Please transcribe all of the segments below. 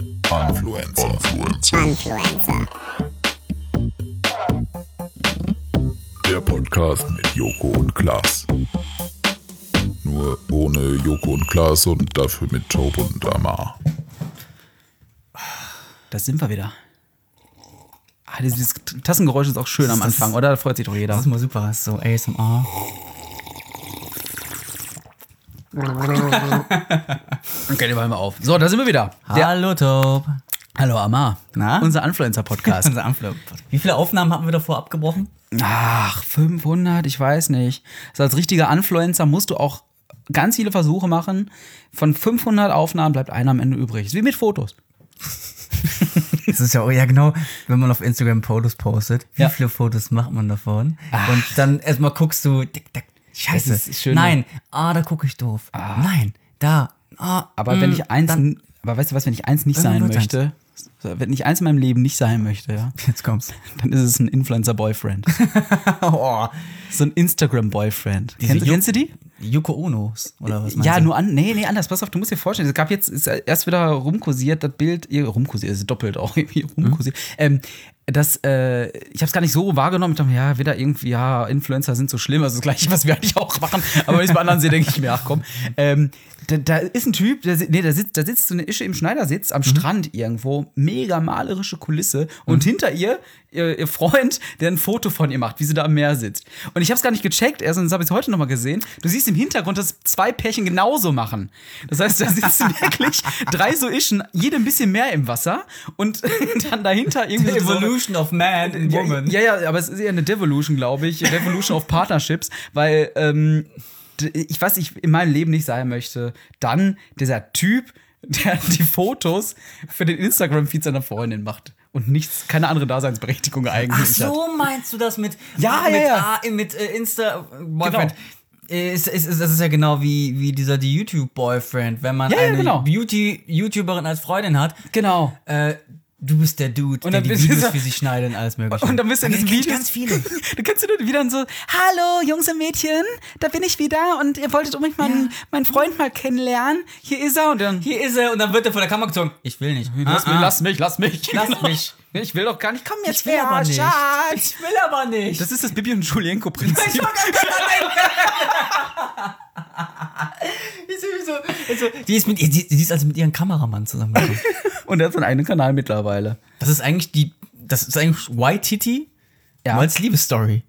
Influencer. Influencer. Der Podcast mit Joko und Klaas. Nur ohne Joko und Klaas und dafür mit Job und Amar. Da sind wir wieder. Ah, dieses Tassengeräusch ist auch schön am Das ist- Anfang, oder? Da freut sich doch Das jeder. ist mal super, so ASMR. Okay, den machen wir auf. So, da sind wir wieder. Der, Hallo Top. hallo Amar. Na? Unser Influencer-Podcast. Unser Anflug. Wie viele Aufnahmen hatten wir davor abgebrochen? Ach, 500, ich weiß nicht. Also als richtiger Influencer musst du auch ganz viele Versuche machen. Von 500 Aufnahmen bleibt einer am Ende übrig. Ist wie mit Fotos. Es ist ja, oh ja genau, wenn man auf Instagram Fotos postet, wie Ja. viele Fotos macht man davon? Und dann erstmal guckst du, dick, dick, scheiße, Das ist schön. ne? nein, ah, da gucke ich doof. Nein, da, ah. Aber wenn ich eins, dann- n- aber weißt du was, wenn ich eins nicht Irgendwann sein wird's möchte, wenn ich eins in meinem Leben nicht sein möchte, ja, Jetzt kommst dann ist es ein Influencer-Boyfriend. oh, so ein Instagram-Boyfriend. Diese Kennst, Ju- kennst du die? Yuko Onos, oder was meinst Ja, du? nur an, nee, nee, anders. Pass auf, du musst dir vorstellen, es gab jetzt, ist erst wieder rumkursiert, das Bild, ihr rumkursiert, ist doppelt auch irgendwie Hm? rumkursiert. Ähm, das, äh, ich habe es gar nicht so wahrgenommen. Ich dachte, mir, ja, wieder irgendwie, ja, Influencer sind so schlimm, also das Gleiche, was wir eigentlich auch machen. Aber wenn ich es bei anderen sehe, denke ich mir, ach komm. Ähm, da, da ist ein Typ, der, si- nee, da sitzt, da sitzt so eine Ische im Schneidersitz am Strand irgendwo, mega malerische Kulisse und hinter ihr, ihr ihr Freund, der ein Foto von ihr macht, wie sie da am Meer sitzt. Und ich habe es gar nicht gecheckt, erst und das habe ich heute nochmal gesehen. Du siehst im Hintergrund, dass zwei Pärchen genauso machen. Das heißt, da sitzen wirklich drei so Ischen, jede ein bisschen mehr im Wasser und dann dahinter irgendwie The so- so Evolution of Man and ja, Woman. Ja, ja, aber es ist eher eine Devolution, glaube ich. Revolution of Partnerships, weil ähm, d- ich was ich in meinem Leben nicht sein möchte, dann dieser Typ, der die Fotos für den Instagram-Feed seiner Freundin macht und nichts, keine andere Daseinsberechtigung eigentlich Ach hat. so, meinst du das mit, Ja, mit, ja, ja. Genau. A- mit äh, Insta Boyfriend? Äh, Ist, ist, ist, das ist ja genau wie, wie dieser die YouTube Boyfriend, wenn man Ja, ja, eine genau. Beauty YouTuberin als Freundin hat. Genau. Äh, du bist der Dude, Und der dann die bist du so- Videos für sie schneidet und alles mögliche. Und dann bist du in Dann diesem kennt Video. ganz viele. Da kannst du dann wieder so, hallo Jungs und Mädchen, da bin ich wieder und ihr wolltet unbedingt meinen, meinen Freund mal kennenlernen. Hier ist er und dann. Hier ist er und dann wird er vor der Kamera gezogen. Ich will nicht. Ah, Lass, mich, lass mich, lass mich. Lass Genau. mich. Ich will doch gar nicht. Komm jetzt Ich will her, aber nicht. Schatz. Ich will aber nicht. Das ist das Bibi und Julienko-Prinzip. ist sowieso- also, die, ist mit, ihr- die, die ist also mit ihrem Kameramann zusammengekommen. Und er hat seinen eigenen Kanal mittlerweile. Das ist eigentlich die. Das ist eigentlich White Titty Ja. als Liebesstory.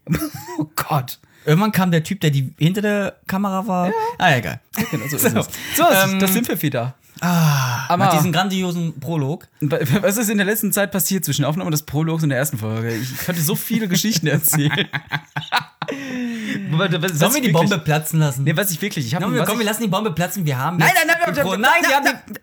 Oh Gott. Irgendwann kam der Typ, der die hinter der Kamera war. Ah, egal. Genau, so, So. ist es. so das, Ähm, das sind wir wieder. Aber Nach Aber diesem grandiosen Prolog. was ist in der letzten Zeit passiert zwischen der Aufnahme des Prologs und der ersten Folge? Ich könnte so viele Geschichten erzählen. Sollen wir die Bombe platzen lassen? Nee, was ich wirklich. Ich hab, Komm, wir, was komm, wir lassen die Bombe platzen. Wir haben. Nein, jetzt nein, nein, die Pro- nein, nein, nein, wir haben nein, ich,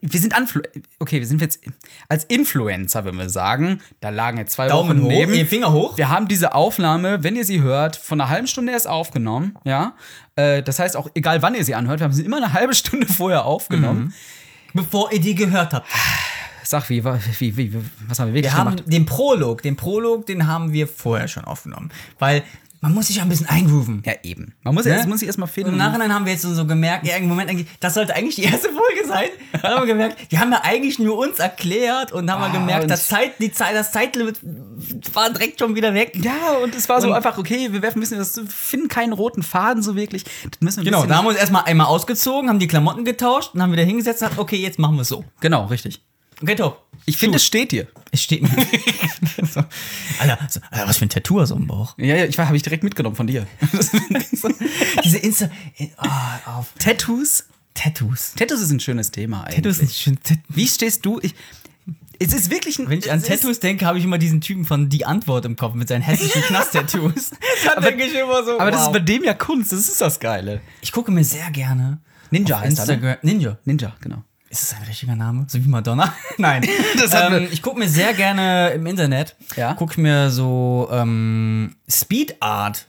wir sind Anflu Okay, wir sind jetzt als Influencer, wenn wir sagen, da lagen jetzt zwei die Daumen Wochen hoch. neben. ihr Finger hoch. Wir haben diese Aufnahme, wenn ihr sie hört, von einer halben Stunde erst aufgenommen, ja. Äh, Das heißt auch, egal wann ihr sie anhört, wir haben sie immer eine halbe Stunde vorher aufgenommen. Bevor ihr die gehört habt. Sag, wie, wa- wie, wie, wie, was haben wir wirklich Mhm. Wir haben gemacht? den Prolog. Den Prolog, den haben wir vorher schon aufgenommen. Weil man muss sich ja ein bisschen eingrooven. Ja, eben. Man muss, erst, muss sich erstmal Und finden. Ne? Im Nachhinein haben wir jetzt so gemerkt, ja, im Moment eigentlich, das sollte eigentlich die erste Folge sein. Dann haben wir gemerkt, die haben ja eigentlich nur uns erklärt und haben wir Ah, gemerkt, und- das, Zeit, die Zeit, das Zeitlimit war direkt schon wieder weg. ja, und es war so Und- einfach, okay, wir werfen ein bisschen, das finden keinen roten Faden so wirklich. Das müssen wir ein Genau, bisschen, da haben wir uns erstmal einmal ausgezogen, haben die Klamotten getauscht und haben wieder hingesetzt und gesagt, okay, jetzt machen wir es so. genau, richtig. Okay, top. Ich finde, es steht dir. Es steht mir. so. Alter, so, Alter, was für ein Tattoo hast du im Bauch? Ja, ja, ich habe ich direkt mitgenommen von dir. Diese Insta. Oh, auf Tattoos. Tattoos. Tattoos ist ein schönes Thema eigentlich. Tattoos sind schön. Wie stehst du? Ich, es ist wirklich ein. Wenn ich an es ist- Tattoos denke, habe ich immer diesen Typen von Die Antwort im Kopf mit seinen hässlichen Knast-Tattoos. Dann denke ich immer so. Aber das ist bei wow. dem ja Kunst, das ist das Geile. ich gucke mir sehr gerne. Ninja auf heißt er, ne? Instagram. Ninja. Ninja, genau. Ist das ein richtiger Name? So wie Madonna? Nein. Das hat ähm, mir- ich gucke mir sehr gerne im Internet, Ja. gucke ich mir so ähm, Speed Art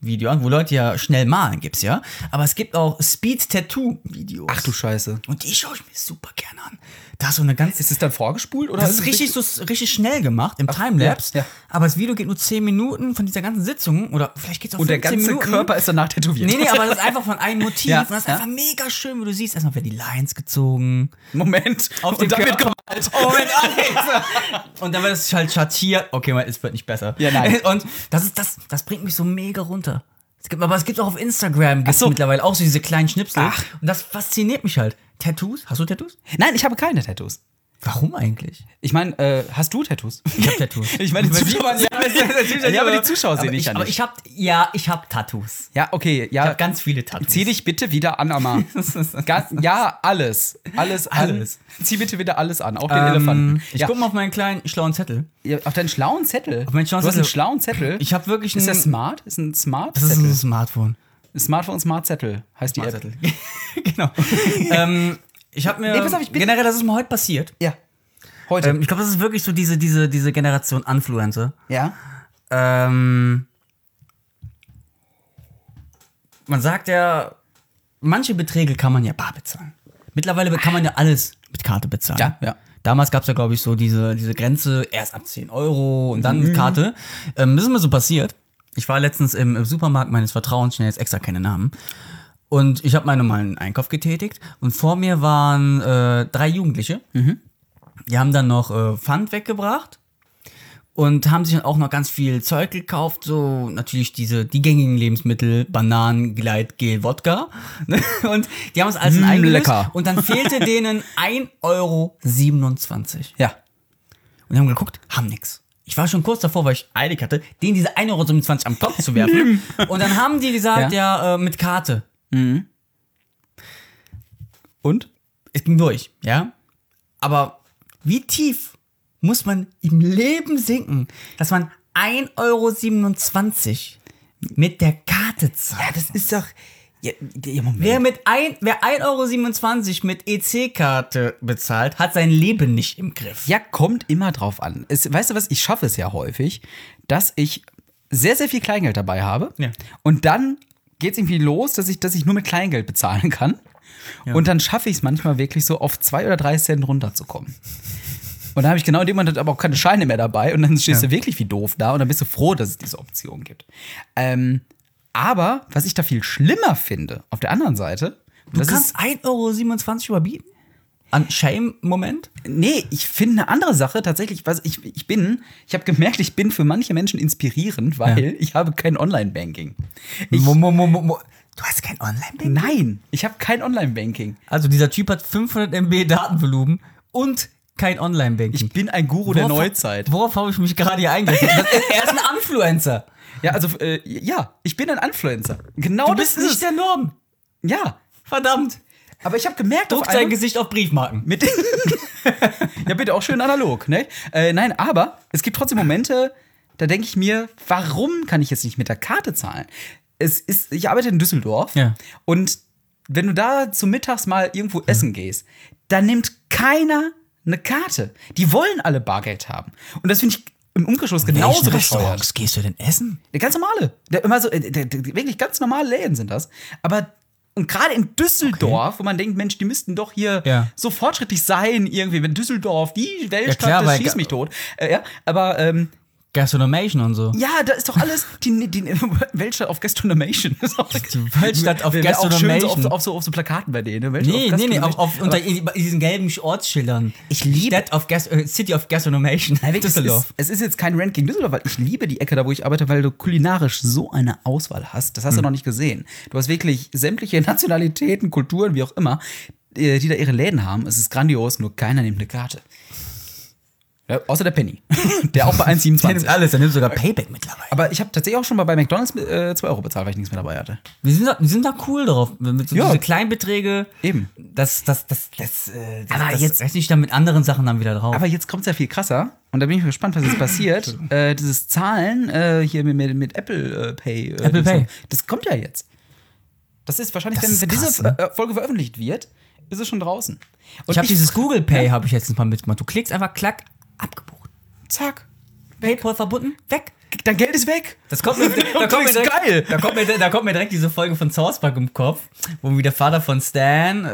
Video an, wo Leute ja schnell malen, gibt's ja. Aber es gibt auch Speed Tattoo Videos. Ach du Scheiße. Und die schaue ich mir super gerne an. Da ist so eine ganz Ist es dann vorgespult oder? das ist richtig, so, richtig schnell gemacht im Timelapse. ja, ja. Aber das Video geht nur 10 Minuten von dieser ganzen Sitzung oder vielleicht geht's auch Und der 15 ganze Minuten. Körper ist danach tätowiert. Nee, nee, aber das ist einfach von einem Motiv. Ja, und das ist ja. einfach mega schön, wie du siehst. Erstmal werden die Lines gezogen. Moment. Auf den und damit Körper. kommt Als Owen Alex. Und dann wird es halt schattiert. Okay, man, es wird nicht besser. Ja, nein. Und das ist das, das bringt mich so mega runter. Es gibt, aber es gibt auch auf Instagram gibt's so. mittlerweile auch so diese kleinen Schnipsel. Ach. Und das fasziniert mich halt. Tattoos? Hast du Tattoos? Nein, ich habe keine Tattoos. Warum eigentlich? Ich meine, äh, hast du Tattoos? Ich hab Tattoos. Ich meine, die Weil Zuschauer- die- Ja, aber die Zuschauer sehen aber dich ich, ja Aber nicht. ich hab, ja, ich hab Tattoos. Ja, okay, ja. Ich hab ganz viele Tattoos. Ähm, Zieh dich bitte wieder an, Amma. Ga- ja, alles. Alles an. Alles. Zieh bitte wieder alles an, auch den Ähm, Elefanten. Ich ja, guck mal auf meinen kleinen schlauen Zettel. ja, auf deinen schlauen Zettel. meinen schlauen du hast einen Zettel. schlauen Zettel. Ich hab wirklich ist einen- das smart? Ist ein smart Mm. Das ist Zettel? ein Smartphone. Smartphone Smart Zettel heißt die App. Zettel. genau. ähm, ich habe mir Nee, pass auf, ich bin- generell, das ist mir heute passiert. Ja. Heute. Ähm, ich glaube, das ist wirklich so diese, diese, diese Generation Influencer. ja. Ähm, man sagt ja, manche Beträge kann man ja bar bezahlen. Mittlerweile kann man ja alles mit Karte bezahlen. Ja, ja. Damals gab es ja, glaube ich, so diese, diese Grenze, erst ab 10 Euro und dann Mhm. mit Karte. Ähm, das ist mir so passiert. Ich war letztens im, im Supermarkt meines Vertrauens, ich nenne jetzt extra keine Namen. Und ich habe meinen normalen Einkauf getätigt. Und vor mir waren äh, drei Jugendliche. Die haben dann noch äh, Pfand weggebracht und haben sich dann auch noch ganz viel Zeug gekauft, so natürlich diese die gängigen Lebensmittel, Bananen, Gleitgel, Wodka. ne? und die haben es alles in Mm, eingelöst. lecker. Und dann fehlte denen 1,27 Euro. Und Ja. die haben geguckt, haben nix. Ich war schon kurz davor, weil ich eilig hatte, denen diese 1,27 Euro am Kopf zu werfen. Und dann haben die gesagt, ja, äh, mit Karte. Und? es ging durch, ja. Aber wie tief muss man im Leben sinken, dass man 1,27 Euro mit der Karte zahlt? Ja, das ist doch. Ja, ja, Moment. Wer mit ein, wer 1,27 Euro mit EC-Karte bezahlt, hat sein Leben nicht im Griff. Ja, kommt immer drauf an. Es, weißt du was, ich schaffe es ja häufig, dass ich sehr, sehr viel Kleingeld dabei habe. Ja. Und dann geht es irgendwie los, dass ich, dass ich nur mit Kleingeld bezahlen kann. Und dann schaffe ich es manchmal wirklich so auf zwei oder drei Cent runterzukommen. Und dann habe ich genau in dem Moment aber auch keine Scheine mehr dabei. Und dann stehst du wirklich wie doof da. Und dann bist du froh, dass es diese Option gibt. Ähm, aber was ich da viel schlimmer finde, auf der anderen Seite, und Du das ist- kannst 1,27 Euro überbieten? An Shame-Moment? Nee, ich finde eine andere Sache tatsächlich, was ich, ich bin, ich habe gemerkt, ich bin für manche Menschen inspirierend, weil ich habe kein Online-Banking. Ich, Mo- mo- mo- mo- mo- Du hast kein Online-Banking? nein, ich habe kein Online-Banking. Also dieser Typ hat 500 MB Datenvolumen und kein Online-Banking. Ich bin ein Guru der Worauf- Neuzeit. Worauf habe ich mich gerade hier eingesetzt? Das ist- er ist ein Influencer. Ja, also, äh, ja, ich bin ein Influencer. Genau Du das bist ist nicht es. der Norm. Ja, Verdammt. aber ich habe gemerkt, Druck auf einmal- dein Gesicht auf Briefmarken. mit Ja, bitte auch schön analog, ne? Äh, nein, aber es gibt trotzdem Momente, da denke ich mir, warum kann ich jetzt nicht mit der Karte zahlen? Es ist, ich arbeite in Düsseldorf Ja. und wenn du da zum Mittags mal irgendwo essen gehst, da nimmt keiner eine Karte. Die wollen alle Bargeld haben. Und das finde ich im Umkehrschluss genauso bescheuert. gehst du denn essen? Ja, Ganz normale. Da Immer so, äh, da- da- wirklich ganz normale Läden sind das. Aber und gerade in Düsseldorf, wo man denkt, Mensch, die müssten doch hier Ja. so fortschrittlich sein, irgendwie, wenn Düsseldorf, die Weltstadt, klar, das weil- schießt mich tot. Äh, ja, aber ähm, Gastronomation und so. ja, da ist doch alles die, die Weltstadt auf Gastronomation. Ist auch- Die Weltstadt auf Wäre auch schön so Gastronomation. auf, auf, so, auf so Plakaten bei denen. ne? Weltstadt Nee, nee, nee, auf, auf, Aber- unter in- bei diesen gelben Ortsschildern. Ich liebe- Stadt of Gas äh, City of Gastronomation. Nein, wirklich, Düsseldorf. Es ist, es ist jetzt kein Rant gegen Düsseldorf, weil ich liebe die Ecke da, wo ich arbeite, weil du kulinarisch so eine Auswahl hast. Das hast du noch nicht gesehen. Du hast wirklich sämtliche Nationalitäten, Kulturen, wie auch immer, äh, die da ihre Läden haben. Es ist grandios, nur keiner nimmt eine Karte. Ja, außer der Penny. Der auch bei Der nimmt 1,27. alles, der nimmt sogar Payback mittlerweile. Aber ich habe tatsächlich auch schon mal bei McDonalds 2 Euro bezahlt, weil ich nichts mehr dabei hatte. Wir sind da, wir sind da cool drauf. Mit so Ja. diese Kleinbeträge. Eben. Das, das, das, das, äh, das Aber das jetzt- rechne ich dann mit anderen Sachen dann wieder drauf. Aber jetzt kommt es ja viel krasser. Und da bin ich gespannt, was jetzt passiert. Äh, dieses Zahlen äh, hier mit, mit, mit Apple äh, Pay. Äh, Apple das- Pay. Das kommt ja jetzt. Das ist wahrscheinlich, Das wenn, ist wenn krass, diese ne? äh, Folge veröffentlicht wird, ist es schon draußen. Und ich habe dieses Google Pay, habe ich jetzt mal mitgemacht. Du klickst einfach, klack, abgebucht. Zack. PayPal verbunden, weg. Dein Geld ist weg. Das kommt mir, da, kommt mir klingst direkt, geil. Da, kommt mir, da kommt mir direkt diese Folge von South Park im Kopf, wo wie der Vater von Stan, äh,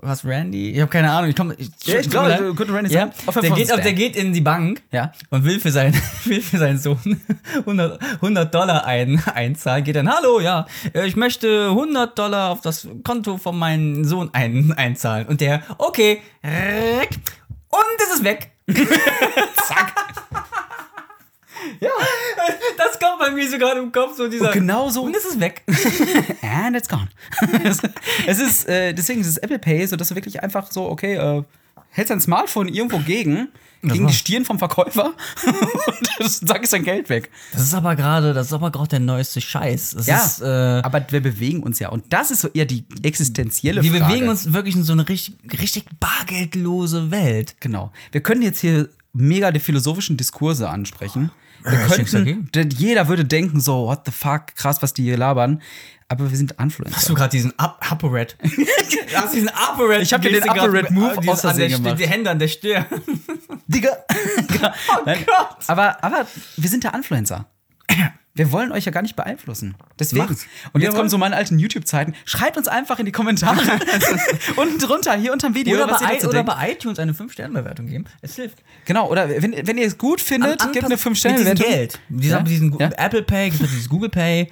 was Randy, ich habe keine Ahnung, ich komme, ich, Ja, ich glaube, äh, könnte Randy ja, sein. Auf jeden der Fall geht, von Stan. der geht in die Bank Ja. und will für seinen, will für seinen Sohn 100, 100 Dollar ein, einzahlen. Geht dann, hallo, ja, äh, ich möchte 100 Dollar auf das Konto von meinem Sohn ein, einzahlen. Und der, okay, rrrk, ist es weg. Zack. ja. Das kommt bei mir so gerade im Kopf, so dieser. Und genau so. Und es ist weg. And it's gone. es ist, äh, deswegen ist es Apple Pay, so dass du wirklich einfach so, okay, äh, hältst dein Smartphone irgendwo gegen, gegen die war's. Stirn vom Verkäufer und das- zack ist dein Geld weg. Das ist aber gerade, das ist aber gerade der neueste Scheiß. Das Ja, ist, äh, aber wir bewegen uns ja. Und das ist so eher die existenzielle wir Frage. bewegen uns wirklich in so eine richtig, richtig bargeldlose Welt. Genau. Wir können jetzt hier mega die philosophischen Diskurse ansprechen. Wir Ja, ist nichts könnten, dagegen. denn jeder würde denken so, what the fuck, krass, was die hier labern. Aber wir sind Influencer. Hast du gerade diesen Up- Upper Red? Hast du diesen Upper Red? Ich hab dir den Geste Upper grad- Red Move dieses aus an der Versehen Stirn- gemacht. Die Hände an der Stirn. Digga. oh Gott. Aber, aber wir sind ja Influencer. Wir wollen euch ja gar nicht beeinflussen. Deswegen. Macht's. Und Wir jetzt kommen wollen- so meine alten YouTube-Zeiten. Schreibt uns einfach in die Kommentare. Unten drunter, hier unterm Video, Oder, was ihr bei, dazu oder denkt. bei iTunes eine 5-Sterne-Bewertung geben. Es hilft. Genau, oder wenn, wenn ihr es gut findet, An- gebt eine anpassen- 5 sterne Mit diesem Geld. Mit diesem, Ja? mit diesem Gu- Ja? Apple Pay, gibt es dieses Google Pay.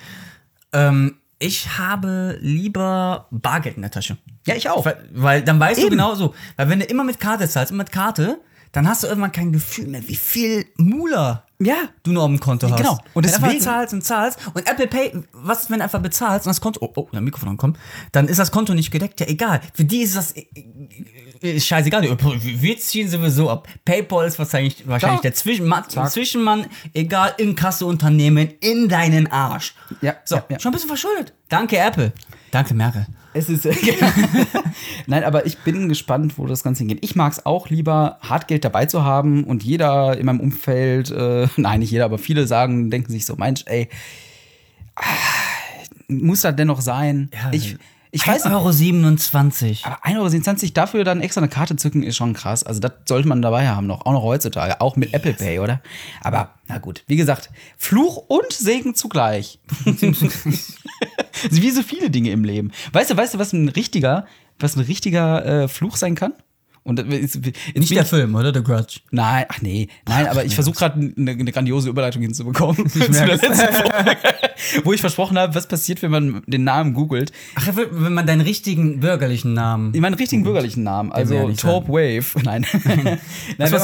Ähm, ich habe lieber Bargeld in der Tasche. Ja, ich auch. Weil, weil dann weißt du Eben. genau so. Weil wenn du immer mit Karte zahlst, immer mit Karte, dann hast du irgendwann kein Gefühl mehr, wie viel Mula Ja. du noch auf dem Konto hast. Genau. Und Und deswegen deswegen- einfach zahlst und zahlst und Apple Pay, was ist, wenn du einfach bezahlst und das Konto, oh, oh, dein Mikrofon ankommt, dann ist das Konto nicht gedeckt. Ja, egal. Für die ist das äh, äh, scheißegal. Wir ziehen sowieso ab. PayPal ist wahrscheinlich, wahrscheinlich der Zwischenmann, Zwischenmann, egal, in Kasseunternehmen, in deinen Arsch. Ja, So, ja, ja. schon ein bisschen verschuldet. Danke, Apple. Danke, Merkel. Es ist. genau. Nein, aber ich bin gespannt, wo das Ganze hingeht. Ich mag es auch lieber, Hartgeld dabei zu haben und jeder in meinem Umfeld, äh, nein, nicht jeder, aber viele sagen, denken sich so, Mensch, ey, ah, muss das dennoch sein? Ja, also ich ich weiß 1,27 nicht. Euro. 27. Aber 1,27 Euro dafür dann extra eine Karte zücken ist schon krass. Also das sollte man dabei haben noch, auch noch heutzutage, auch mit Apple Pay, oder? Aber na gut, wie gesagt, Fluch und Segen zugleich. wie so viele Dinge im Leben. Weißt du, weißt du, was ein richtiger, was ein richtiger äh, Fluch sein kann? Und das ist, Nicht der Film, oder? The Grudge. Nein, ach nee, nein, aber ich versuche gerade eine, eine grandiose Überleitung hinzubekommen. zu der merk's. letzten Folge, wo ich versprochen habe, was passiert, wenn man den Namen googelt. Ach, wenn man deinen richtigen bürgerlichen Namen. Ich meine, richtigen bürgerlichen Namen, will ja also nicht Top Wave. Nein. Was Nein wenn man passiert, meinen wenn, was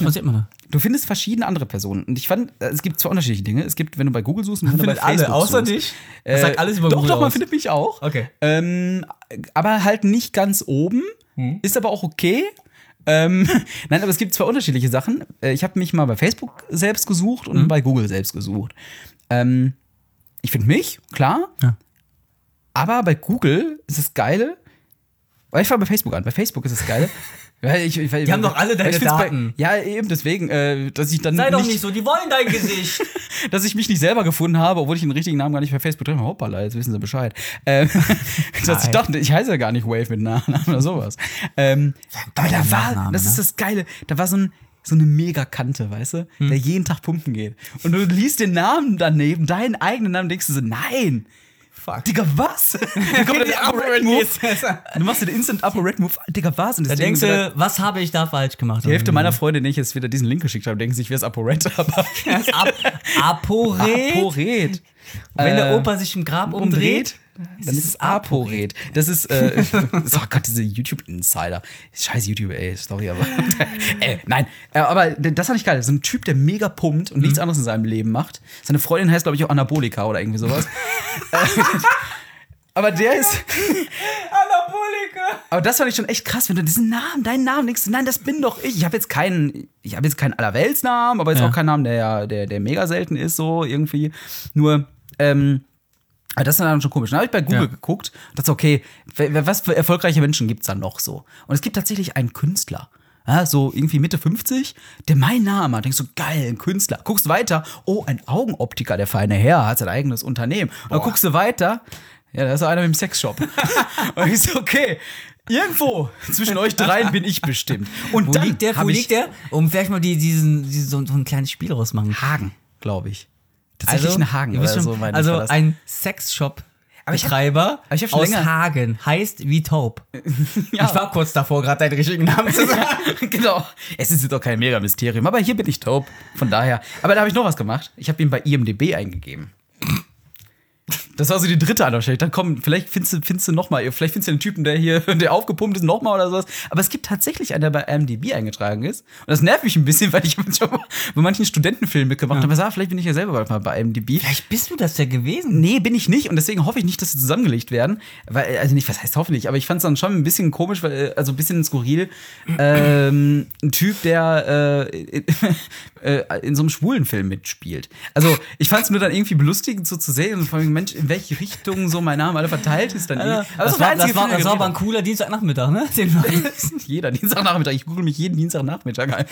wirklichen- passiert man da? Du findest verschiedene andere Personen. Und ich fand, äh, es gibt zwei unterschiedliche Dinge. Es gibt, wenn du bei Google suchst, und wenn du bei findet alle, Facebook außer suchst. dich? Das sagt alles über doch, Google Doch, man aus. findet mich auch. Okay. Ähm, aber halt nicht ganz oben. Hm. Ist aber auch okay. Ähm, nein, aber es gibt zwei unterschiedliche Sachen. Äh, Ich habe mich mal bei Facebook selbst gesucht Hm. und bei Google selbst gesucht. Ähm, ich finde mich, klar. Ja. Aber bei Google ist das Geile. Weil ich fange bei Facebook an. Bei Facebook ist das Geile. Weil ich, ich, weil, haben doch alle deine ich find's Daten. Bei, ja, eben deswegen, äh, dass ich dann Sei nicht, doch nicht so, die wollen dein Gesicht. dass ich mich nicht selber gefunden habe, obwohl ich den richtigen Namen gar nicht bei Facebook drin habe. Hoppala, jetzt wissen sie Bescheid. Ähm, dass ich Nein. dachte, ich heiße ja gar nicht Wave mit Nachnamen oder sowas. Ähm, aber da geiler war, Nachname, das ist ne? das Geile, da war so ein so eine Megakante, weißt du, Hm. der jeden Tag pumpen geht. Und du liest den Namen daneben, deinen eigenen Namen, denkst du so, nein, Fuck. Digga, was? Dann kommt Die der Upper Upper Red Red Move. Geste. Du machst den Instant Upper Red Move. Digga, was? Und Da deswegen denkst wieder- du, Mhm. was habe ich da falsch gemacht? die Hälfte meiner Freunde, denen ich jetzt wieder diesen Link geschickt habe, denken sich, wer ist ApoRed? Aber Ab Aporet. ApoRed. Wenn der Äh, Opa sich im Grab umdreht, umdreht. dann ist es ApoRed. Das ist, äh, oh Gott, diese YouTube-Insider. Scheiß YouTube, ey, sorry, aber. äh, nein, äh, aber das fand ich geil. So ein Typ, der mega pumpt und Mhm. nichts anderes in seinem Leben macht. Seine Freundin heißt, glaube ich, auch Anabolika oder irgendwie sowas. Äh, aber der ist. Anabolika. Aber das fand ich schon echt krass, wenn du diesen Namen, deinen Namen denkst, nein, das bin doch ich. Ich habe jetzt keinen, ich habe jetzt keinen Allerweltsnamen, aber jetzt Ja. auch keinen Namen, der, ja- der, der mega selten ist, so irgendwie. Nur, ähm, aber das ist dann schon komisch. Dann habe ich bei Google Ja. geguckt und dachte, okay, wer- wer- was für erfolgreiche Menschen gibt's dann noch so? Und es gibt tatsächlich einen Künstler. Ja, so irgendwie Mitte 50, der mein Name hat. Denkst du, geil, ein Künstler. Guckst weiter, oh, ein Augenoptiker, der feine Herr, hat sein eigenes Unternehmen. Dann guckst du weiter, ja, da ist einer mit dem Sexshop. und ich so, okay, irgendwo zwischen euch dreien bin ich bestimmt. Und Wo dann liegt der? hab Wo ich liegt der? Um vielleicht mal die, diesen, diesen, so, so ein kleines Spiel rausmachen. Also, Hagen, glaube ich. Tatsächlich ein Hagen ihr wisst oder schon, so, meine ich, also war das. ein Sexshop. ich hab- Betreiber aber ich hab schon aus länger- Hagen heißt wie taub. Ja. Ich war kurz davor, gerade deinen richtigen Namen zu sagen. genau. Es ist jetzt auch kein Mega-Mysterium, aber hier bin ich taub. Von daher. Aber da habe ich noch was gemacht. Ich habe ihn bei IMDB eingegeben. Das war so die dritte Anlaufstelle. Dann komm, vielleicht findest du, findest du noch mal, vielleicht findest du den Typen, der hier, der aufgepumpt ist, noch mal oder sowas. Aber es gibt tatsächlich einen, der bei IMDb eingetragen ist. Und das nervt mich ein bisschen, weil ich schon mal bei manchen Studentenfilmen mitgemacht habe. Aber vielleicht bin ich ja selber bald mal bei IMDb. Vielleicht bist du das ja gewesen. Nee, bin ich nicht. Und deswegen hoffe ich nicht, dass sie zusammengelegt werden. Weil, also nicht, was heißt hoffentlich, aber ich fand es dann schon ein bisschen komisch, weil, äh, also ein bisschen skurril. Ähm, ein Typ, der äh, in, äh, in so einem schwulen Film mitspielt. Also ich fand es nur dann irgendwie belustigend, so zu sehen. Und vor allem, Mensch, in welche Richtung so mein Name alle verteilt ist dann. irgendwie. Aber Äh, das, war war, der das, einzige war, Film, das der war aber gedreht ein cooler Dienstagnachmittag, ne? Den war wurde. Jeder Dienstagnachmittag. Ich google mich jeden Dienstagnachmittag ein.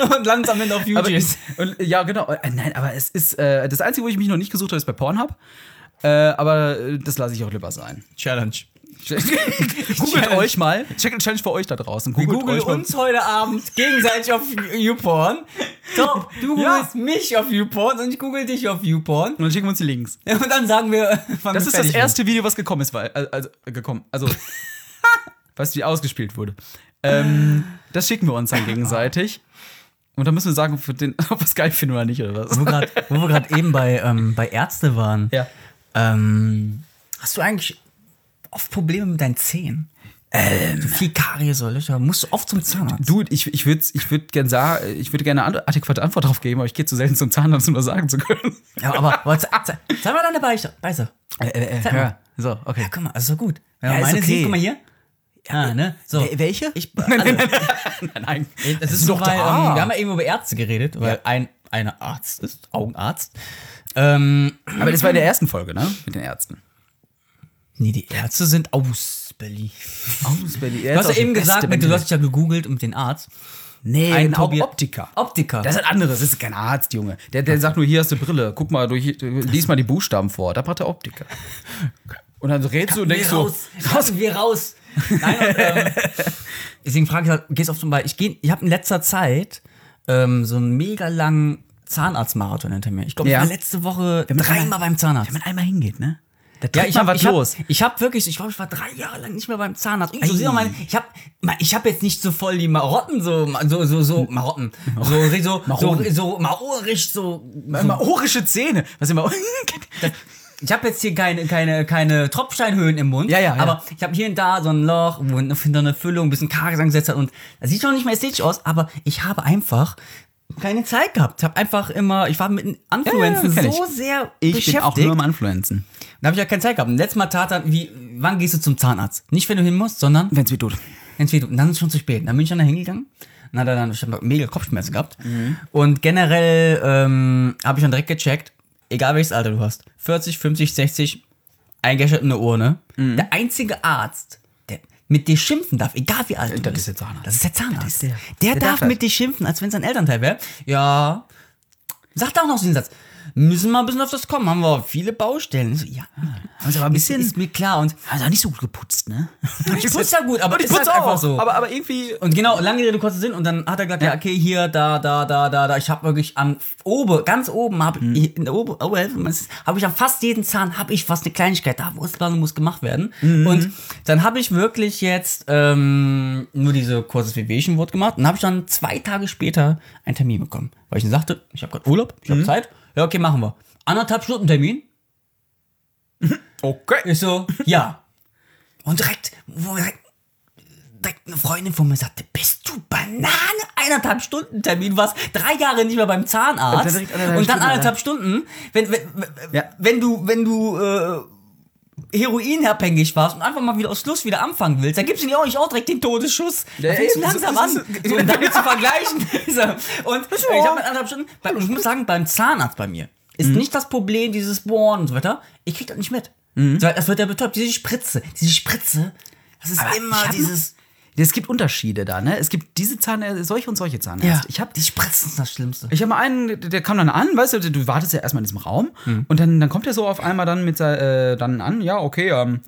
und landet am Ende auf Aber, YouTube. und, ja, genau. Äh, Nein, aber es ist äh, das Einzige, wo ich mich noch nicht gesucht habe, ist bei Pornhub. Äh, aber äh, das lasse ich auch lieber sein. Challenge. Googelt Challenge. euch mal. Check and Challenge für euch da draußen. Wir Googelt googeln euch mal. uns heute Abend gegenseitig auf YouPorn. Top, du Ja. googelst mich auf YouPorn und ich google dich auf YouPorn. Und dann schicken wir uns die Links. Und dann sagen wir, fangen Das wir ist das fertig an. erste Video, was gekommen ist, weil, also, also, gekommen, also, was wie ausgespielt wurde. Ähm, das schicken wir uns dann gegenseitig. Und dann müssen wir sagen, ob wir, den, ob wir es geil finden oder nicht, oder was? Wo, wir grad, wo wir gerade eben bei, ähm, bei Ärzte waren. Ja. Ähm, hast du eigentlich oft Probleme mit deinen Zähnen? Ähm. So viel Karies oder Löcher. Musst du oft zum Zahnarzt? Dude, ich, ich würde ich würd gerne sagen, ich würde gerne eine adäquate Antwort drauf geben, aber ich gehe zu selten zum Zahnarzt, um das sagen zu können. Ja, aber, aber ze- ze- zeig mal deine Beißer. Beißer. Äh, Zeig mal. ja. So, okay. Ja, guck mal, also gut. Wenn Ja, man ist meine okay. sieht, guck mal hier. Ja, ne? So. Welche? Ich, also, nein, nein. Das ist doch der weil, ähm, Arzt. Wir haben ja eben über Ärzte geredet, weil ein einer Arzt ist, Augenarzt. Ähm, Aber das war in der ersten Folge, ne? Mit den Ärzten. nee, die Ärzte sind aus Berlin. ne, Du Du hast ja eben gesagt, mit, du hast dich ja gegoogelt und den Arzt. Nee, Ein ein Au- Probier- Optiker. Optiker. Das ist ein anderes, das ist kein Arzt, Junge. Der, der sagt nur, hier hast du Brille, guck mal, durch, lies mal die Buchstaben vor. Da macht der Optiker. Und dann redst du und denkst so, raus, raus, wir raus. Nein, und, ähm, deswegen frage ich halt, gehst oft zum Beispiel, ich, geh, ich habe in letzter Zeit ähm, so einen mega langen Zahnarztmarathon hinter mir. Ich glaube, Ja. ich war letzte Woche man dreimal einmal- beim Zahnarzt. wenn man einmal hingeht, ne? Da Ja, ich habe was ich hab, los. Ich habe wirklich, ich glaube, ich war drei Jahre lang nicht mehr beim Zahnarzt. Und so, Ei. sieh doch mal, ich habe ich hab jetzt nicht so voll die Marotten, so, so, so, so Marotten. So, so, so, so, Marotten. so maorisch, so. Immer orische Zähne. Was immer. Ich habe jetzt hier keine, keine, keine Tropfsteinhöhen im Mund. Ja, ja, ja. Aber ich habe hier und da so ein Loch, wo hinter eine Füllung ein bisschen Karies angesetzt hat. Und das sieht schon nicht mehr ästhetisch aus, aber ich habe einfach keine Zeit gehabt. Ich habe einfach immer, ich war mit den Influenzen kenn ich. so sehr ich bin beschäftigt. auch nur am Influenzen. Da habe ich ja keine Zeit gehabt. Und letztes Mal tat er, wie, wann gehst du zum Zahnarzt? Nicht, wenn du hin musst, sondern Wenn's mir tut. entweder. Und dann ist es schon zu spät. Dann bin ich dann da hingegangen. Dann hat er dann ich hab mega Kopfschmerzen gehabt. Und generell ähm, habe ich dann direkt gecheckt, egal welches Alter du hast, 40, 50, 60, eingeschert in eine Urne. Der einzige Arzt, der mit dir schimpfen darf, egal wie alt du das bist. ist der Zahnarzt. Das ist der Zahnarzt. ist der. Der, Der darf darf das. mit dir schimpfen, als wenn es ein Elternteil wäre. Ja, Sagt er auch noch so den Satz. Müssen mal ein bisschen auf das kommen, haben wir viele Baustellen. Ich So, ja, Haben sie aber ein bisschen- Ist, ist mir klar. Und Also auch nicht so gut geputzt, ne? ich putze ja gut, aber Und ich putze halt einfach so. Aber, aber irgendwie. und genau, lange Rede, kurzer Sinn. Und dann hat er gesagt, ja, okay, hier, da, da, da, da, da. Ich habe wirklich an oben, ganz oben, hab, ich- in der oben, oh, habe ich an fast jeden Zahn, habe ich fast eine Kleinigkeit. Da, wo es dran muss gemacht werden. Und dann habe ich wirklich jetzt ähm, nur diese kurzes Wehwehchen-Wort gemacht. Und habe ich dann zwei Tage später einen Termin bekommen. Weil ich dann sagte, ich habe gerade Urlaub, ich habe Zeit. Ja, okay, machen wir. Anderthalb Stunden Termin. Okay. Ich so, ja. Und direkt, wo direkt, direkt eine Freundin von mir sagte, bist du Banane? Eineinhalb Stunden Termin, warst drei Jahre nicht mehr beim Und dann Zahnarzt. direkt eineinhalb Und dann Stunden, eineinhalb Stunden, wenn, wenn, Ja. wenn du, wenn du äh, heroinabhängig warst und einfach mal wieder aus Schluss wieder anfangen willst, dann gibst du dir auch nicht auch direkt den Todesschuss. Da Ja, fängst du ey, so- langsam so- an, so- so, um damit zu vergleichen. So. Und ich ja. habe anderthalb Stunden, bei, ich muss sagen, beim Zahnarzt bei mir ist nicht das Problem dieses Bohren und so weiter. Ich krieg das nicht mit. So, das wird ja betäubt. Diese Spritze, diese Spritze, das ist Aber ich immer hab dieses... Es gibt Unterschiede da, ne? Es gibt diese Zahnärzte, solche und solche Zahnärzte. Ich habe die Spritzen ist das Schlimmste. Ich habe mal einen, der kam dann an, weißt du, du wartest ja erstmal in diesem Raum Mhm. und dann, dann kommt er so auf einmal dann mit sei- äh, dann an, ja, okay, ähm,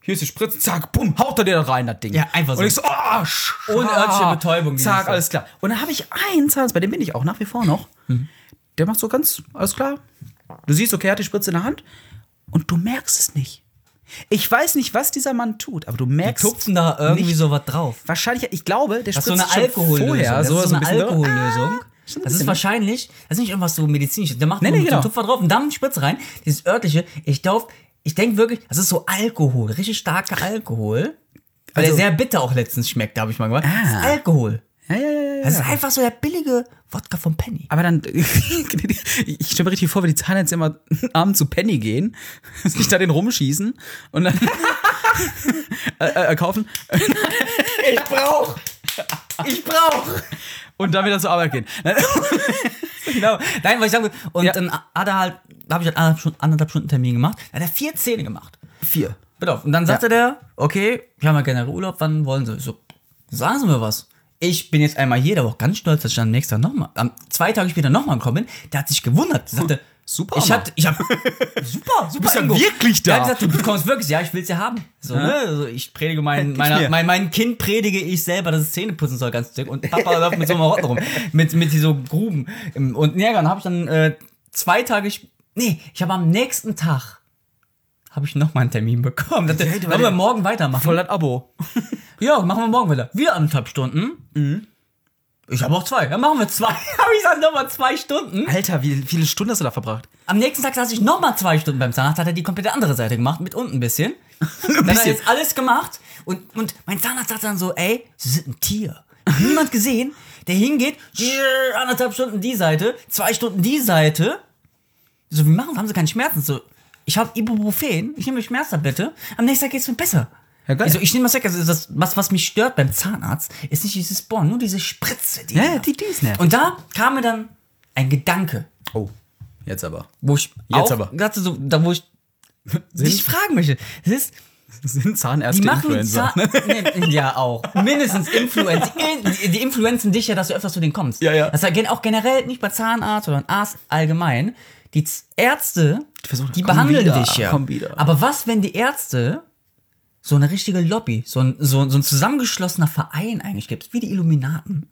hier ist die Spritze, zack, bumm, haut er dir da rein, das Ding. Ja, einfach so. Und ich so, oh, sch ah, Ohne örtliche Betäubung, dieses Zack, Mal. alles klar. Und dann habe ich einen Zahnarzt, bei dem bin ich auch nach wie vor noch, Mhm. der macht so ganz, alles klar. Du siehst, okay, er hat die Spritze in der Hand und du merkst es nicht. Ich weiß nicht, was dieser Mann tut, aber du merkst Tupfen da irgendwie nicht. so was drauf. Wahrscheinlich, ich glaube, der Das ist so spritzt eine schon Alkohollösung. vorher. das ist so eine ein bisschen- Alkohollösung. schon ein das ist bisschen. wahrscheinlich, das ist nicht irgendwas so medizinisches. Der macht Nee, nur nee, so einen genau. Tupfer drauf und dann Spritze rein. Dieses örtliche, ich glaube, Ich denke wirklich, das ist so Alkohol, richtig starker Alkohol. Weil Also- der sehr bitter auch letztens schmeckt, habe ich mal gemacht. Das ist Ah. Alkohol. Ja, ja, ja, ja. Das ist einfach so der billige Wodka vom Penny. Aber dann, ich stelle mir richtig vor, wie die Zahnärzte immer abends zu Penny gehen, sich da den rumschießen und dann äh, äh, kaufen Ich brauch! Ich brauch! und dann wieder zur Arbeit gehen. genau. Nein, weil ich sagen will, und Ja. dann hat er halt, da habe ich halt anderthalb Stunden, anderthalb Stunden Termin gemacht, da hat er vier Zähne gemacht. Vier. Pass auf. Und dann sagte der, okay, wir haben ja generell Urlaub, wann wollen sie? Ich so, sagen sie mir was. Ich bin jetzt einmal hier, der war auch ganz stolz, dass ich dann am nächsten Tag nochmal, am zwei Tage später nochmal gekommen bin. Der hat sich gewundert. Der sagte, Super, Ich Mann. hatte, ich hab, super, super. Du bist ja wirklich da. Der hat gesagt, du bekommst wirklich, ja, ich will's ja haben. So, ne? also ich predige mein, meiner, mir. mein, mein Kind predige ich selber, dass es Zähne putzen soll, ganz dick. Und Papa läuft mit so einem Rotten rum. Mit, mit so Gruben. im- Und ja, dann habe ich dann äh, zwei Tage, sp- nee, ich habe am nächsten Tag habe ich noch mal einen Termin bekommen. Das, Ja, du- wollen wir morgen weitermachen? Voll das Abo. Ja, machen wir morgen weiter. Wieder anderthalb Stunden. Mhm. Ich habe auch zwei. Ja, machen wir zwei. habe ich dann nochmal zwei Stunden. Alter, wie viele Stunden hast du da verbracht? Am nächsten Tag saß ich nochmal zwei Stunden beim Zahnarzt. Hat er die komplette andere Seite gemacht, mit unten ein bisschen. Dann hat er bisschen. jetzt alles gemacht. Und, und mein Zahnarzt sagt dann so, ey, Sie sind ein Tier. Hat Niemand gesehen, der hingeht, tschirr, anderthalb Stunden die Seite, zwei Stunden die Seite. So, wie machen, haben sie keine Schmerzen? So, ich habe Ibuprofen, ich nehme eine Schmerztablette, am nächsten Tag geht's mir besser. Ja, geil. Also ich nehme das weg, also das, was, was mich stört beim Zahnarzt, ist nicht dieses Bon, nur diese Spritze. Die Ja, nervt. die- die ist nervig. Und da kam mir dann ein Gedanke, Oh, jetzt aber. wo ich Jetzt auch aber. dachte so, da wo ich dich fragen möchte. Das ist, sind Zahnärzte die machen Influencer. Zahn- Nee, ja, auch. Mindestens Influencer. Die, die influenzen dich ja, dass du öfters zu denen kommst. Ja, ja. Das heißt, auch generell nicht bei Zahnarzt oder Arzt allgemein. Die Z- Ärzte, versuchen, die komm behandeln wieder, dich ja. komm wieder. Aber was, wenn die Ärzte so eine richtige Lobby, so ein, so, ein- so ein zusammengeschlossener Verein eigentlich gibt, wie die Illuminaten.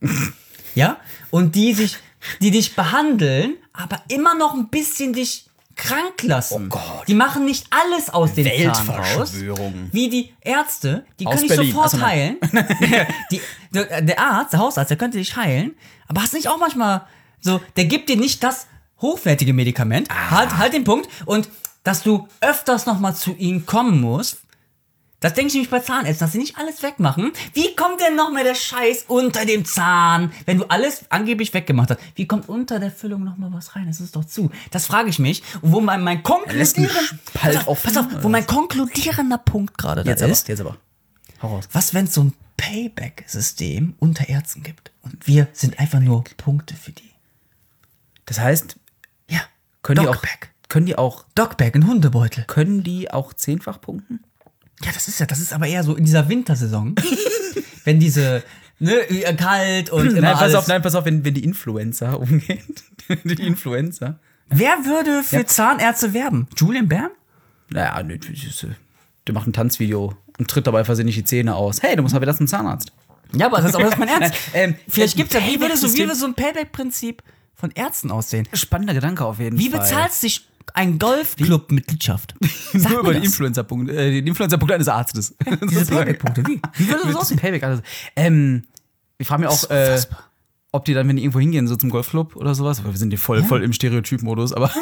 ja? Und die sich, die dich behandeln, aber immer noch ein bisschen dich krank lassen. Oh Gott. Die machen nicht alles aus den Zahn raus. Weltverschwörung. Wie die Ärzte, die Hm. Aus können dich Berlin. sofort Ach so, heilen. nein. die, der, der Arzt, der Hausarzt, der könnte dich heilen. Aber hast du nicht auch manchmal so, der gibt dir nicht das hochwertige Medikament. Ah. Halt, halt den Punkt. Und dass du öfters nochmal zu ihm kommen musst. Das denke ich nämlich bei Zahnärzten, dass sie nicht alles wegmachen. Wie kommt denn nochmal der Scheiß unter dem Zahn, wenn du alles angeblich weggemacht hast? Wie kommt unter der Füllung nochmal was rein? Das ist doch zu. Das frage ich mich. Wo mein, mein lässt einen konkludierender, Spalt pass auf, offen, pass auf, wo oder mein konkludierender Punkt gerade da ist. jetzt aber. Hau raus. Was, wenn es so ein Payback-System unter Ärzten gibt? Und wir sind einfach nur Punkte für die. Das heißt, Ja. können die auch, Dogback. können die auch, Dogback, ein Hundebeutel. können die auch zehnfach punkten? Ja, das ist ja, das ist aber eher so in dieser Wintersaison. wenn diese, ne, äh, kalt und immer nein, pass alles. auf, nein, pass auf, wenn, wenn die Influencer umgehen. die Influencer. Wer würde für Zahnärzte werben? Julian Bam? Naja, nö, das ist, äh, der macht ein Tanzvideo und tritt dabei versehentlich die Zähne aus. Hey, du musst mal wieder zum Zahnarzt. Ja, aber das ist, aber das ist mein Ernst. Nein, ähm, Vielleicht gibt's ja, wie würde so, wie Payback-System- würde so ein Payback-Prinzip von Ärzten aussehen? Spannender Gedanke auf jeden Wie Fall. bezahlst dich ein Golfclub-Mitgliedschaft? Sag Nur mir über den das. Influencer-Punkt, äh, den Influencer-Punkt eines Arztes. Diese Sozusagen. Payback-Punkte, wie? Wie würde das Mit aussehen? Payback alles. Ähm, ich frage mich auch, ist äh, unfassbar. ob die dann, wenn die irgendwo hingehen, so zum Golfclub oder sowas, weil wir sind hier voll, voll im Stereotyp-Modus, aber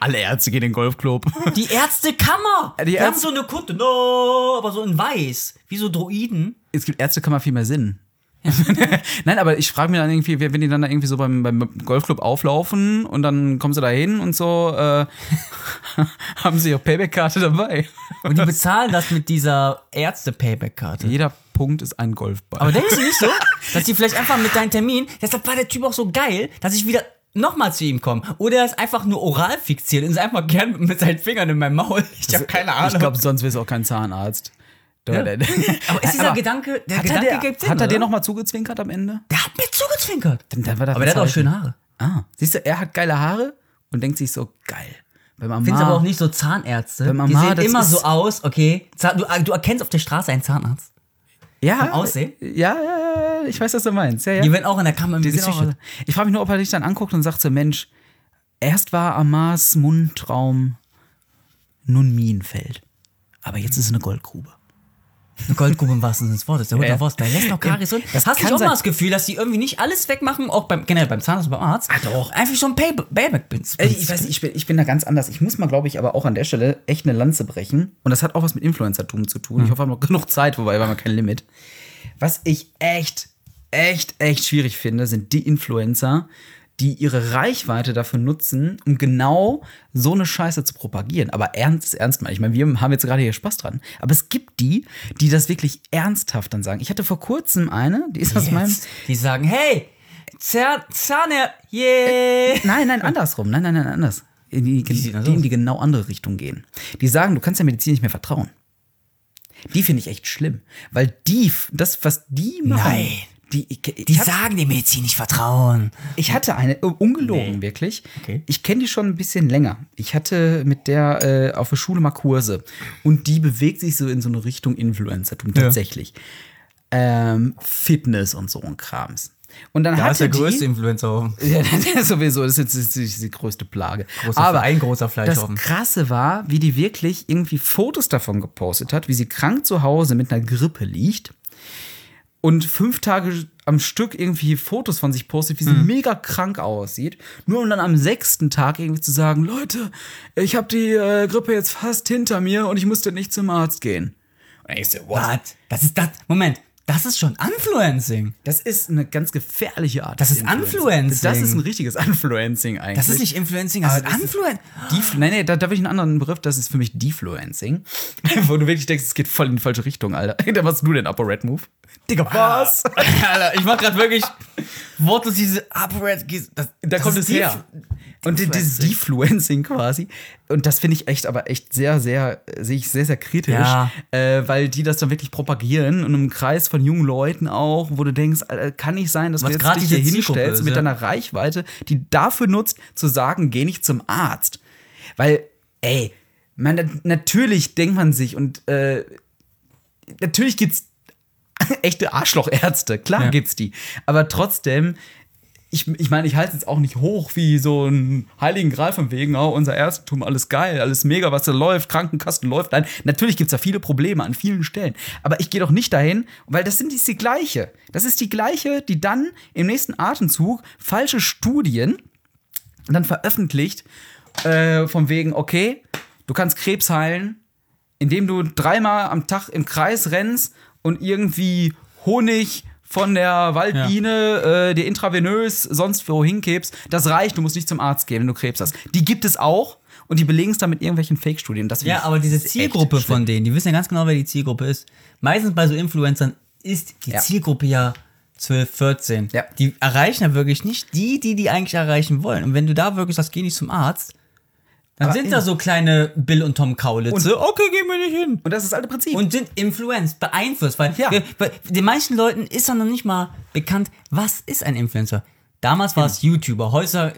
alle Ärzte gehen in den Golfclub. Die Ärztekammer! Die Die, haben Ärz- so eine Kutte, no, aber so in weiß. Wie so Droiden. Es gibt Ärztekammer viel mehr Sinn. Nein, aber ich frage mich dann irgendwie, wenn die dann da irgendwie so beim, beim Golfclub auflaufen und dann kommen sie da hin und so, äh, haben sie ihre Payback-Karte dabei. Und die bezahlen das mit dieser Ärzte-Payback-Karte. Jeder Punkt ist ein Golfball. Aber denkst du nicht so, dass die vielleicht einfach mit deinem Termin, deshalb war der Typ auch so geil, dass ich wieder nochmal zu ihm komme. Oder er ist einfach nur oral fixiert und ist einfach gern mit seinen Fingern in meinem Maul. Ich habe keine Ahnung. ich glaube, sonst wäre es auch kein Zahnarzt. Ja. Aber aber ist dieser Gedanke, der hat, Gedanke er, gibt hat er dir oder? nochmal zugezwinkert am Ende? Der hat mir zugezwinkert. Dann war das Aber der hat auch Zeichen. schöne Haare. Ah, siehst du, er hat geile Haare und denkt sich so, geil. Bei Mama, Findest aber auch nicht so Zahnärzte. Ah. Wenn man die mal- sehen das immer ist- so aus, okay. Zahn, du, du erkennst auf der Straße einen Zahnarzt. ja, vom Aussehen? Ja, ja, ja, ich weiß, was du meinst. Ja, ja. Die werden auch in der Kammer ein Die bisschen sehen auch aus. Ich frage mich nur, ob er dich dann anguckt und sagt so, Mensch, erst war Amars Mundraum nun Minenfeld, aber jetzt ist es eine Goldgrube. Eine Goldgrube im wahrsten Sinne des Wortes. Der Ja, Roter ja. Wurst, da lässt noch Karies drin. Das hast du kann nicht auch sein. mal das Gefühl, dass die irgendwie nicht alles wegmachen, auch beim, generell beim Zahnarzt und beim Arzt. Ah, doch. Einfach schon Pay Payback bin. Äh, Ich weiß nicht, ich bin, ich bin da ganz anders. Ich muss mal, glaube ich, aber auch an der Stelle echt eine Lanze brechen. Und das hat auch was mit Influencertum zu tun. Ich hoffe, wir haben noch genug Zeit, wobei wir haben ja kein Limit. Was ich echt, echt, echt schwierig finde, sind die Influencer, die ihre Reichweite dafür nutzen, um genau so eine Scheiße zu propagieren. Aber ernst, ernst mal. Ich meine, wir haben jetzt gerade hier Spaß dran. Aber es gibt die, die das wirklich ernsthaft dann sagen. Ich hatte vor kurzem eine, die ist aus meinem. Jetzt. Die sagen, hey, Zahn, Zahner, yeah. Nein, nein, andersrum. Nein, nein, nein, anders. In die, sieht die, das die in aus? die genau andere Richtung gehen. Die sagen, du kannst der Medizin nicht mehr vertrauen. Die finde ich echt schlimm. Weil die, f- das, was die machen. Nein. Die, ich, ich Die hab- sagen dem Medizin nicht vertrauen. ich hatte eine, äh, ungelogen wirklich. Okay. Ich kenne die schon ein bisschen länger. Ich hatte mit der äh, auf der Schule mal Kurse. Und die bewegt sich so in so eine Richtung Influencertum tatsächlich. Ähm, Fitness und so ein Krams. Und dann hatte die, Influencer. ja, das ist sowieso, das ist jetzt das ist die größte Plage. Großer Verein, großer Fleischhaufen. Das Krasse war, wie die wirklich irgendwie Fotos davon gepostet hat, wie sie krank zu Hause mit einer Grippe liegt und fünf Tage am Stück irgendwie Fotos von sich postet, wie Mhm. sie mega krank aussieht, nur um dann am sechsten Tag irgendwie zu sagen, Leute, ich habe die äh, Grippe jetzt fast hinter mir und ich musste nicht zum Arzt gehen. Und ich so, what? Was? Das ist das. Moment, das ist schon Influencing. Das ist eine ganz gefährliche Art. Das des ist Influencing. Influencing. Das ist ein richtiges Influencing eigentlich. Das ist nicht Influencing, Ah, das ist Aber das ist- Influen. Def nein, nein, da, da will ich einen anderen Begriff, das ist für mich Defluencing. Wo du wirklich denkst, es geht voll in die falsche Richtung, Alter. Da machst du den Upper Red Move. Ah. Digga, was? Alter, ich mach grad wirklich wortlos diese Upward. Das, Da kommt es her. Und die- dieses Defluencing quasi. Und das finde ich echt, aber echt sehr, sehr, äh, sehe ich sehr, sehr kritisch. Ja. Äh, weil die das dann wirklich propagieren und im Kreis von jungen Leuten auch, wo du denkst, Alter, kann nicht sein, dass Was du jetzt gerade dich hier diese Zielgruppe hinstellst ist, mit ja. deiner Reichweite, die dafür nutzt, zu sagen, geh nicht zum Arzt. Weil, ey, man, na- natürlich denkt man sich und äh, natürlich gibt's echte Arschlochärzte, klar Ja. gibt's die. Aber trotzdem, ich, ich meine, ich halte es jetzt auch nicht hoch wie so einen heiligen Gral von wegen, oh, unser Ärztetum, alles geil, alles mega, was da läuft, Krankenkasten läuft. Nein, natürlich gibt's da viele Probleme an vielen Stellen. Aber ich gehe doch nicht dahin, weil das sind die, die gleiche. Das ist die gleiche, die dann im nächsten Atemzug falsche Studien dann veröffentlicht, äh, von wegen, okay, du kannst Krebs heilen, indem du dreimal am Tag im Kreis rennst und irgendwie Honig von der Waldbiene äh, dir intravenös sonst wohin kippst, das reicht, du musst nicht zum Arzt gehen, wenn du Krebs hast. Die gibt es auch und die belegen es dann mit irgendwelchen Fake-Studien. Das find Ja, ich- aber diese das ist echt Zielgruppe schlimm. von denen, die wissen ja ganz genau, wer die Zielgruppe ist. Meistens bei so Influencern ist die Ja. Zielgruppe ja 12, 14. Ja. Die erreichen ja wirklich nicht die, die die eigentlich erreichen wollen. Und wenn du da wirklich sagst, geh nicht zum Arzt, dann Aber sind in- da so kleine Bill und Tom Kaulitze. Und- okay, gehen wir nicht hin. Und das ist das alte Prinzip. Und sind influenced, beeinflusst. Weil, Ja. weil den meisten Leuten ist ja noch nicht mal bekannt, was ist ein Influencer. Damals war Genau. es YouTuber. Heute,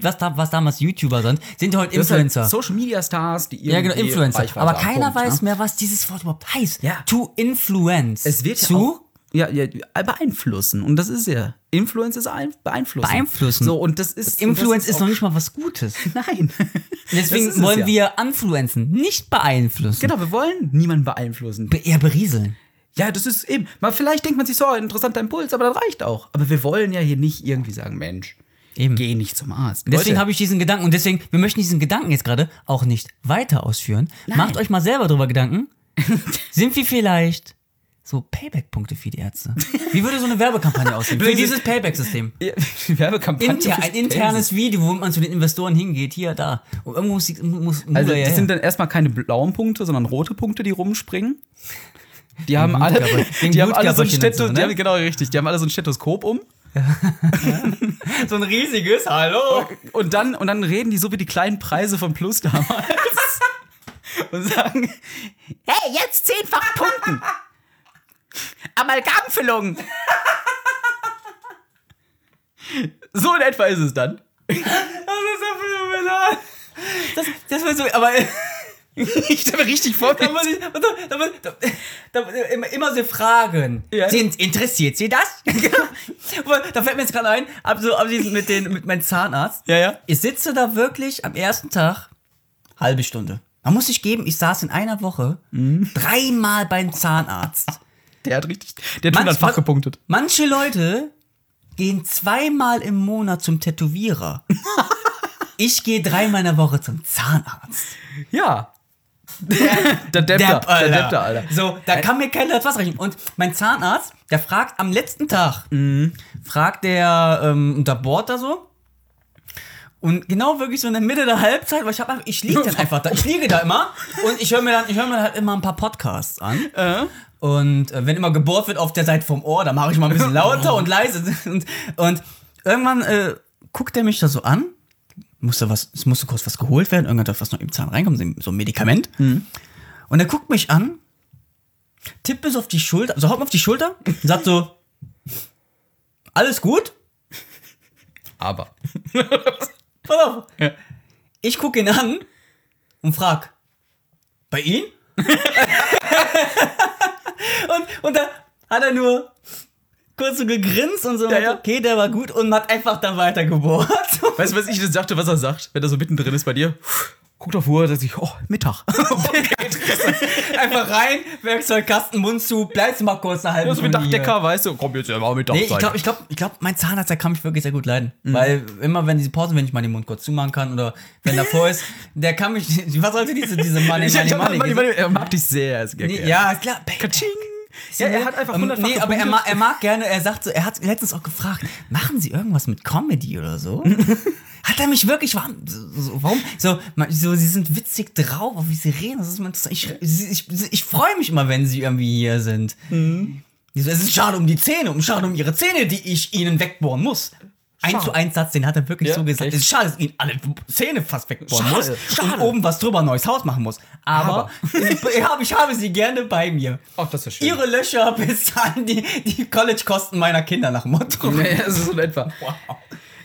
was, da- was damals YouTuber sind, sind heute Das sind halt Influencer. Social Media Stars, die Ja, genau, irgendwie Influencer. Reichweite Aber haben. keiner Punkt, weiß ne? mehr, was dieses Wort überhaupt heißt. Ja. To influence. Es wird ja zu. auch, ja, ja, beeinflussen. Und das ist ja. Influence ist ein- beeinflussen. Beeinflussen. So, und das ist. Influence ist, und das noch auch- nicht mal was Gutes. Nein. Das ist Deswegen es wollen ja. wir anfluenzen, nicht beeinflussen. Genau, wir wollen niemanden beeinflussen. Be eher berieseln. Ja, das ist eben. Mal vielleicht denkt man sich so, ein interessanter Impuls, aber das reicht auch. Aber wir wollen ja hier nicht irgendwie sagen, Mensch, Eben. geh nicht zum Arzt. Deswegen Leute, habe ich diesen Gedanken und deswegen, wir möchten diesen Gedanken jetzt gerade auch nicht weiter ausführen. Macht euch mal selber drüber Gedanken. Sind wir vielleicht so Payback-Punkte für die Ärzte? Wie würde so eine Werbekampagne aussehen? Für dieses Payback-System. Ja, Werbekampagne. Inter, fürs ein internes Video, wo man zu den Investoren hingeht, hier, da. Und irgendwo muss, die- muss muss Also, er das her. sind dann erstmal keine blauen Punkte, sondern rote Punkte, die rumspringen. Die haben alle, den die haben alle so Blutgabberchen ein und Stetho, so, ne? die haben, genau richtig, die haben alle so ein Stethoskop um so ein riesiges Hallo. Oh. und dann, und dann reden die so wie die kleinen Preise von Plus damals und sagen, hey, jetzt zehnfach Punkten. Amalgamfüllung. so in etwa ist es dann. Das ist ja phänomenal. Das, das war so, aber Ich stelle mir richtig vor, da muss ich, da, da, da, da, immer, immer so Fragen. Ja. Sind, interessiert Sie das? Aber da fällt mir jetzt gerade ein, ab so, ab diesen, mit, den, mit meinem Zahnarzt. Ja, ja. Ich sitze da wirklich am ersten Tag halbe Stunde. Man muss sich geben, ich saß in einer Woche Mhm. dreimal beim Zahnarzt. Der hat richtig, der hat Manch- 100-fach gepunktet. Manche Leute gehen zweimal im Monat zum Tätowierer. Ich gehe dreimal in der Woche zum Zahnarzt. Ja. Der Deppter, der Deppter, Alter. So, da kann mir keiner etwas rechnen. Und mein Zahnarzt, der fragt am letzten Tag, mhm, fragt der ähm, unter Bord da so. Und genau wirklich so in der Mitte der Halbzeit, weil ich hab einfach, ich liege dann einfach da, ich liege da immer und ich höre mir dann, ich höre mir halt immer ein paar Podcasts an. Und äh, wenn immer gebohrt wird auf der Seite vom Ohr, dann mache ich mal ein bisschen lauter und leise. Und, und irgendwann äh, guckt er mich da so an. Musste was, es musste kurz was geholt werden, irgendwann darf was noch im Zahn reinkommen, so ein Medikament. Und er guckt mich an, tippt mir so auf die Schulter, also haut mir auf die Schulter und sagt so, alles gut? Aber. Pass auf. Ich gucke ihn an und frag, bei Ihnen? und, und da hat er nur kurz so gegrinst und so, Ja, ja. okay, der war gut und hat einfach dann weitergebohrt. Weißt du, was ich jetzt dachte, was er sagt, wenn er so mittendrin ist bei dir? Guckt auf Uhr, sagt sich, oh, Mittag. einfach rein, Werkzeugkasten, Mund zu, bleibst du mal kurz eine halbe Ja, so wie Stunde hier. Dachdecker, weißt du, komm jetzt ja mal Mittag. Nee, ich glaube, ich glaub, ich glaub, mein Zahnarzt, der kann mich wirklich sehr gut leiden. Mhm. Weil immer, wenn diese Pause, wenn ich mal den Mund kurz zumachen kann oder wenn davor ist, der kann mich. Was sollte diese, diese Money, ich, ich, Money, hab- Money? Mann, Mann, er mag dich sehr. Ist Nee, ja, klar. Pay- Katsching. Ja, Ja, er hat einfach 100 Ähm, Nee, aber er mag, er mag gerne, er sagt so, er hat letztens auch gefragt, machen Sie irgendwas mit Comedy oder so? hat er mich wirklich, warum, so, warum, so, man- so, Sie sind witzig drauf, auf wie Sie reden, das ist mal interessant. Ich, Sie- ich, Sie- ich freue mich immer, wenn Sie irgendwie hier sind. Mhm. Die so, Es ist schade um die Zähne, um schade um Ihre Zähne, die ich Ihnen wegbohren muss. Eins Schade. zu eins Satz, den hat er wirklich Ja, so gesagt. echt? Es ist schade, dass ich Ihnen alle Zähne fast wegbohren Schade, muss und schade. oben was drüber, ein neues Haus machen muss. Aber, ich, habe, ich habe Sie gerne bei mir. Ach, das ist schön. Ihre Löcher bezahlen die, die College-Kosten meiner Kinder nach dem Motto. Nee, das ist so in etwa. Wow.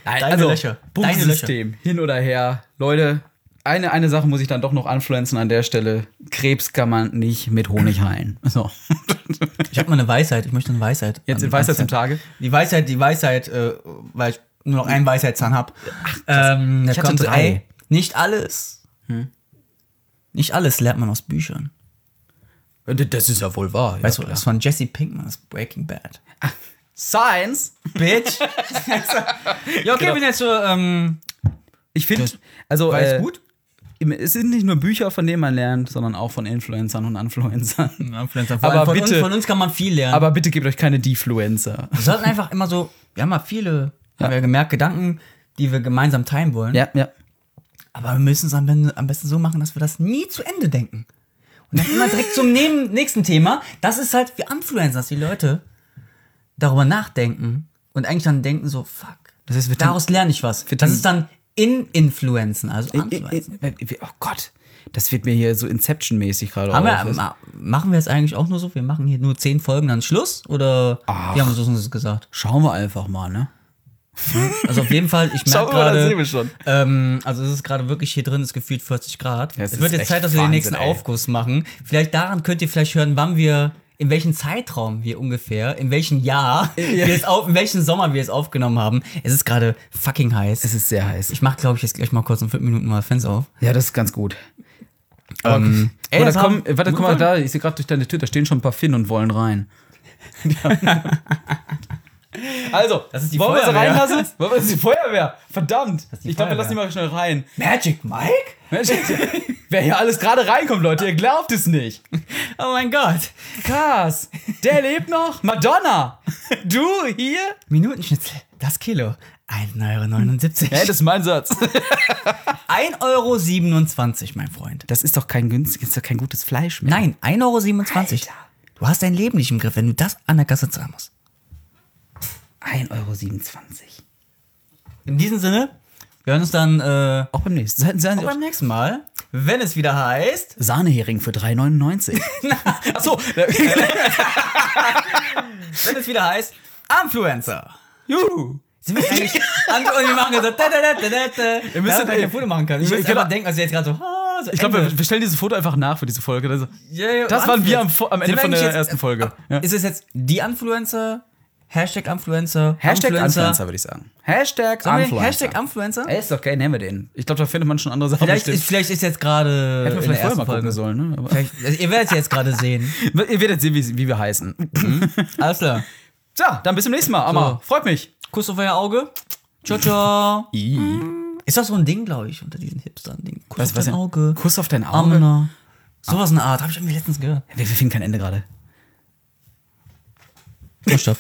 Nein, Deine also, Löcher. Deine Punktesystem, hin oder her. Leute, eine, eine Sache muss ich dann doch noch anfluenzen an der Stelle. Krebs kann man nicht mit Honig heilen. So, Ich habe mal eine Weisheit, ich möchte eine Weisheit. jetzt in an- Weisheit zum anzeigen. Tage. Die Weisheit, die Weisheit, äh, weil ich nur noch einen Weisheitszahn habe. Ähm, Ich hatte kommt, drei. Hm. ey, Nicht alles. Nicht alles lernt man aus Büchern. Das ist ja wohl wahr. Weißt du, das von Jesse Pinkman, das Breaking Bad. Science? Bitch! ja, okay, bin jetzt so, ähm, Ich finde, also war äh, jetzt gut? im- es sind nicht nur Bücher, von denen man lernt, sondern auch von Influencern und Influencern. aber Aber von, bitte. Uns, bitte- von uns kann man viel lernen. Aber bitte gebt euch keine Defluencer. Wir sollten einfach immer so, wir haben mal viele, haben wir gemerkt, Gedanken, die wir gemeinsam teilen wollen. Ja, ja. Aber wir müssen es am, ben- am besten so machen, dass wir das nie zu Ende denken. Und dann immer direkt zum neben- nächsten Thema. Das ist halt für Influencer, dass die Leute darüber nachdenken und eigentlich dann denken so, fuck, Das heißt, wir tun- daraus lerne ich was. Das ist dann in Influenzen, also Influenzen. Oh Gott, das wird mir hier so Inception-mäßig gerade Haben auf. wir, ma- machen wir es eigentlich auch nur so? Wir machen hier nur zehn Folgen, dann Schluss? Oder wie haben wir so sonst gesagt? Schauen wir einfach mal, ne? Also auf jeden Fall, ich merke Schauen wir mal, dann sehen wir gerade, schon. ähm, also es ist gerade wirklich hier drin, ist gefühlt 40 Grad. Ja, es es wird ist jetzt Zeit, echt dass wir den Wahnsinn, nächsten ey. Aufguss machen. Vielleicht daran könnt ihr vielleicht hören, wann wir, in welchem Zeitraum wir ungefähr, in welchem Jahr, wir es auf, in welchem Sommer wir es aufgenommen haben. Es ist gerade fucking heiß. Es ist sehr heiß. ich mach, glaube ich, jetzt gleich mal kurz in fünf Minuten mal Fenster auf. Ja, das ist ganz gut. Ähm, ey, Oder das komm, haben- warte, guck mal da, ich sehe gerade durch deine Tür, da stehen schon ein paar Finn und wollen rein. also, Das ist die wollen wir sie Feuerwehr. reinlassen? Wollen wir das ist die Feuerwehr? Verdammt! die ich glaube, Feuerwehr. wir lassen die mal schnell rein. Magic Mike? Mensch, wer hier alles gerade reinkommt, Leute, ihr glaubt es nicht. Oh mein Gott. Krass. Der lebt noch? Madonna! Du hier? Minutenschnitzel, das Kilo. 1,79 Ja, Euro. das ist mein Satz. 1,27 Euro, mein Freund. Das ist doch kein günstiges, ist doch kein gutes Fleisch mehr. Nein, 1,27 Euro. Du hast dein Leben nicht im Griff, wenn du das an der Kasse zahlen musst. 1,27 Euro. In diesem Sinne, wir hören uns dann äh, Auch beim nächsten. Seien, seien auch Sie beim nächsten Mal, wenn es wieder heißt. Sahnehering für 3,99. Achso. Wenn es wieder heißt, Influencer. Juhu. Sind wir eigentlich. Ant- und wir machen jetzt so. Da, da, da, da, da, da. Wir müsst müssen ey, ein Foto machen können. Ich ich- würde ich jetzt einfach glaub- denken, also jetzt gerade so. ah, so Ich glaube, Ende. wir, wir stellen dieses Foto einfach nach für diese Folge. Also, Ja, ja, das waren wir am, Fo- am Sind Ende wir von der eigentlich jetzt- äh, ersten Folge. Ist es jetzt die Influencer? Hashtag Influencer. Hashtag Influencer, würde ich sagen. Hashtag Sollen wir den Influencer. Hashtag Influencer? Ey, ist doch geil, nehmen wir den. Ich glaube, da findet man schon andere Sachen. Vielleicht bestimmt. Äh, ist, vielleicht ist jetzt gerade. Hätten wir in der vielleicht vorher mal ersten Folge. gucken sollen, ne? Aber Vielleicht- also Ihr werdet es jetzt gerade sehen. ihr werdet sehen, wie, wie wir heißen. Alles klar. So, dann bis zum nächsten Mal. Aber freut mich. Kuss auf euer Auge. Ciao, ciao. Hm. Ist das so ein Ding, glaube ich, unter diesen Hipstern? Ding. Kuss Was- auf was dein denn? Auge. Kuss auf dein Auge. Amena. Sowas in der Art. Habe ich irgendwie letztens gehört. Wir, wir finden kein Ende gerade. Kunststoff.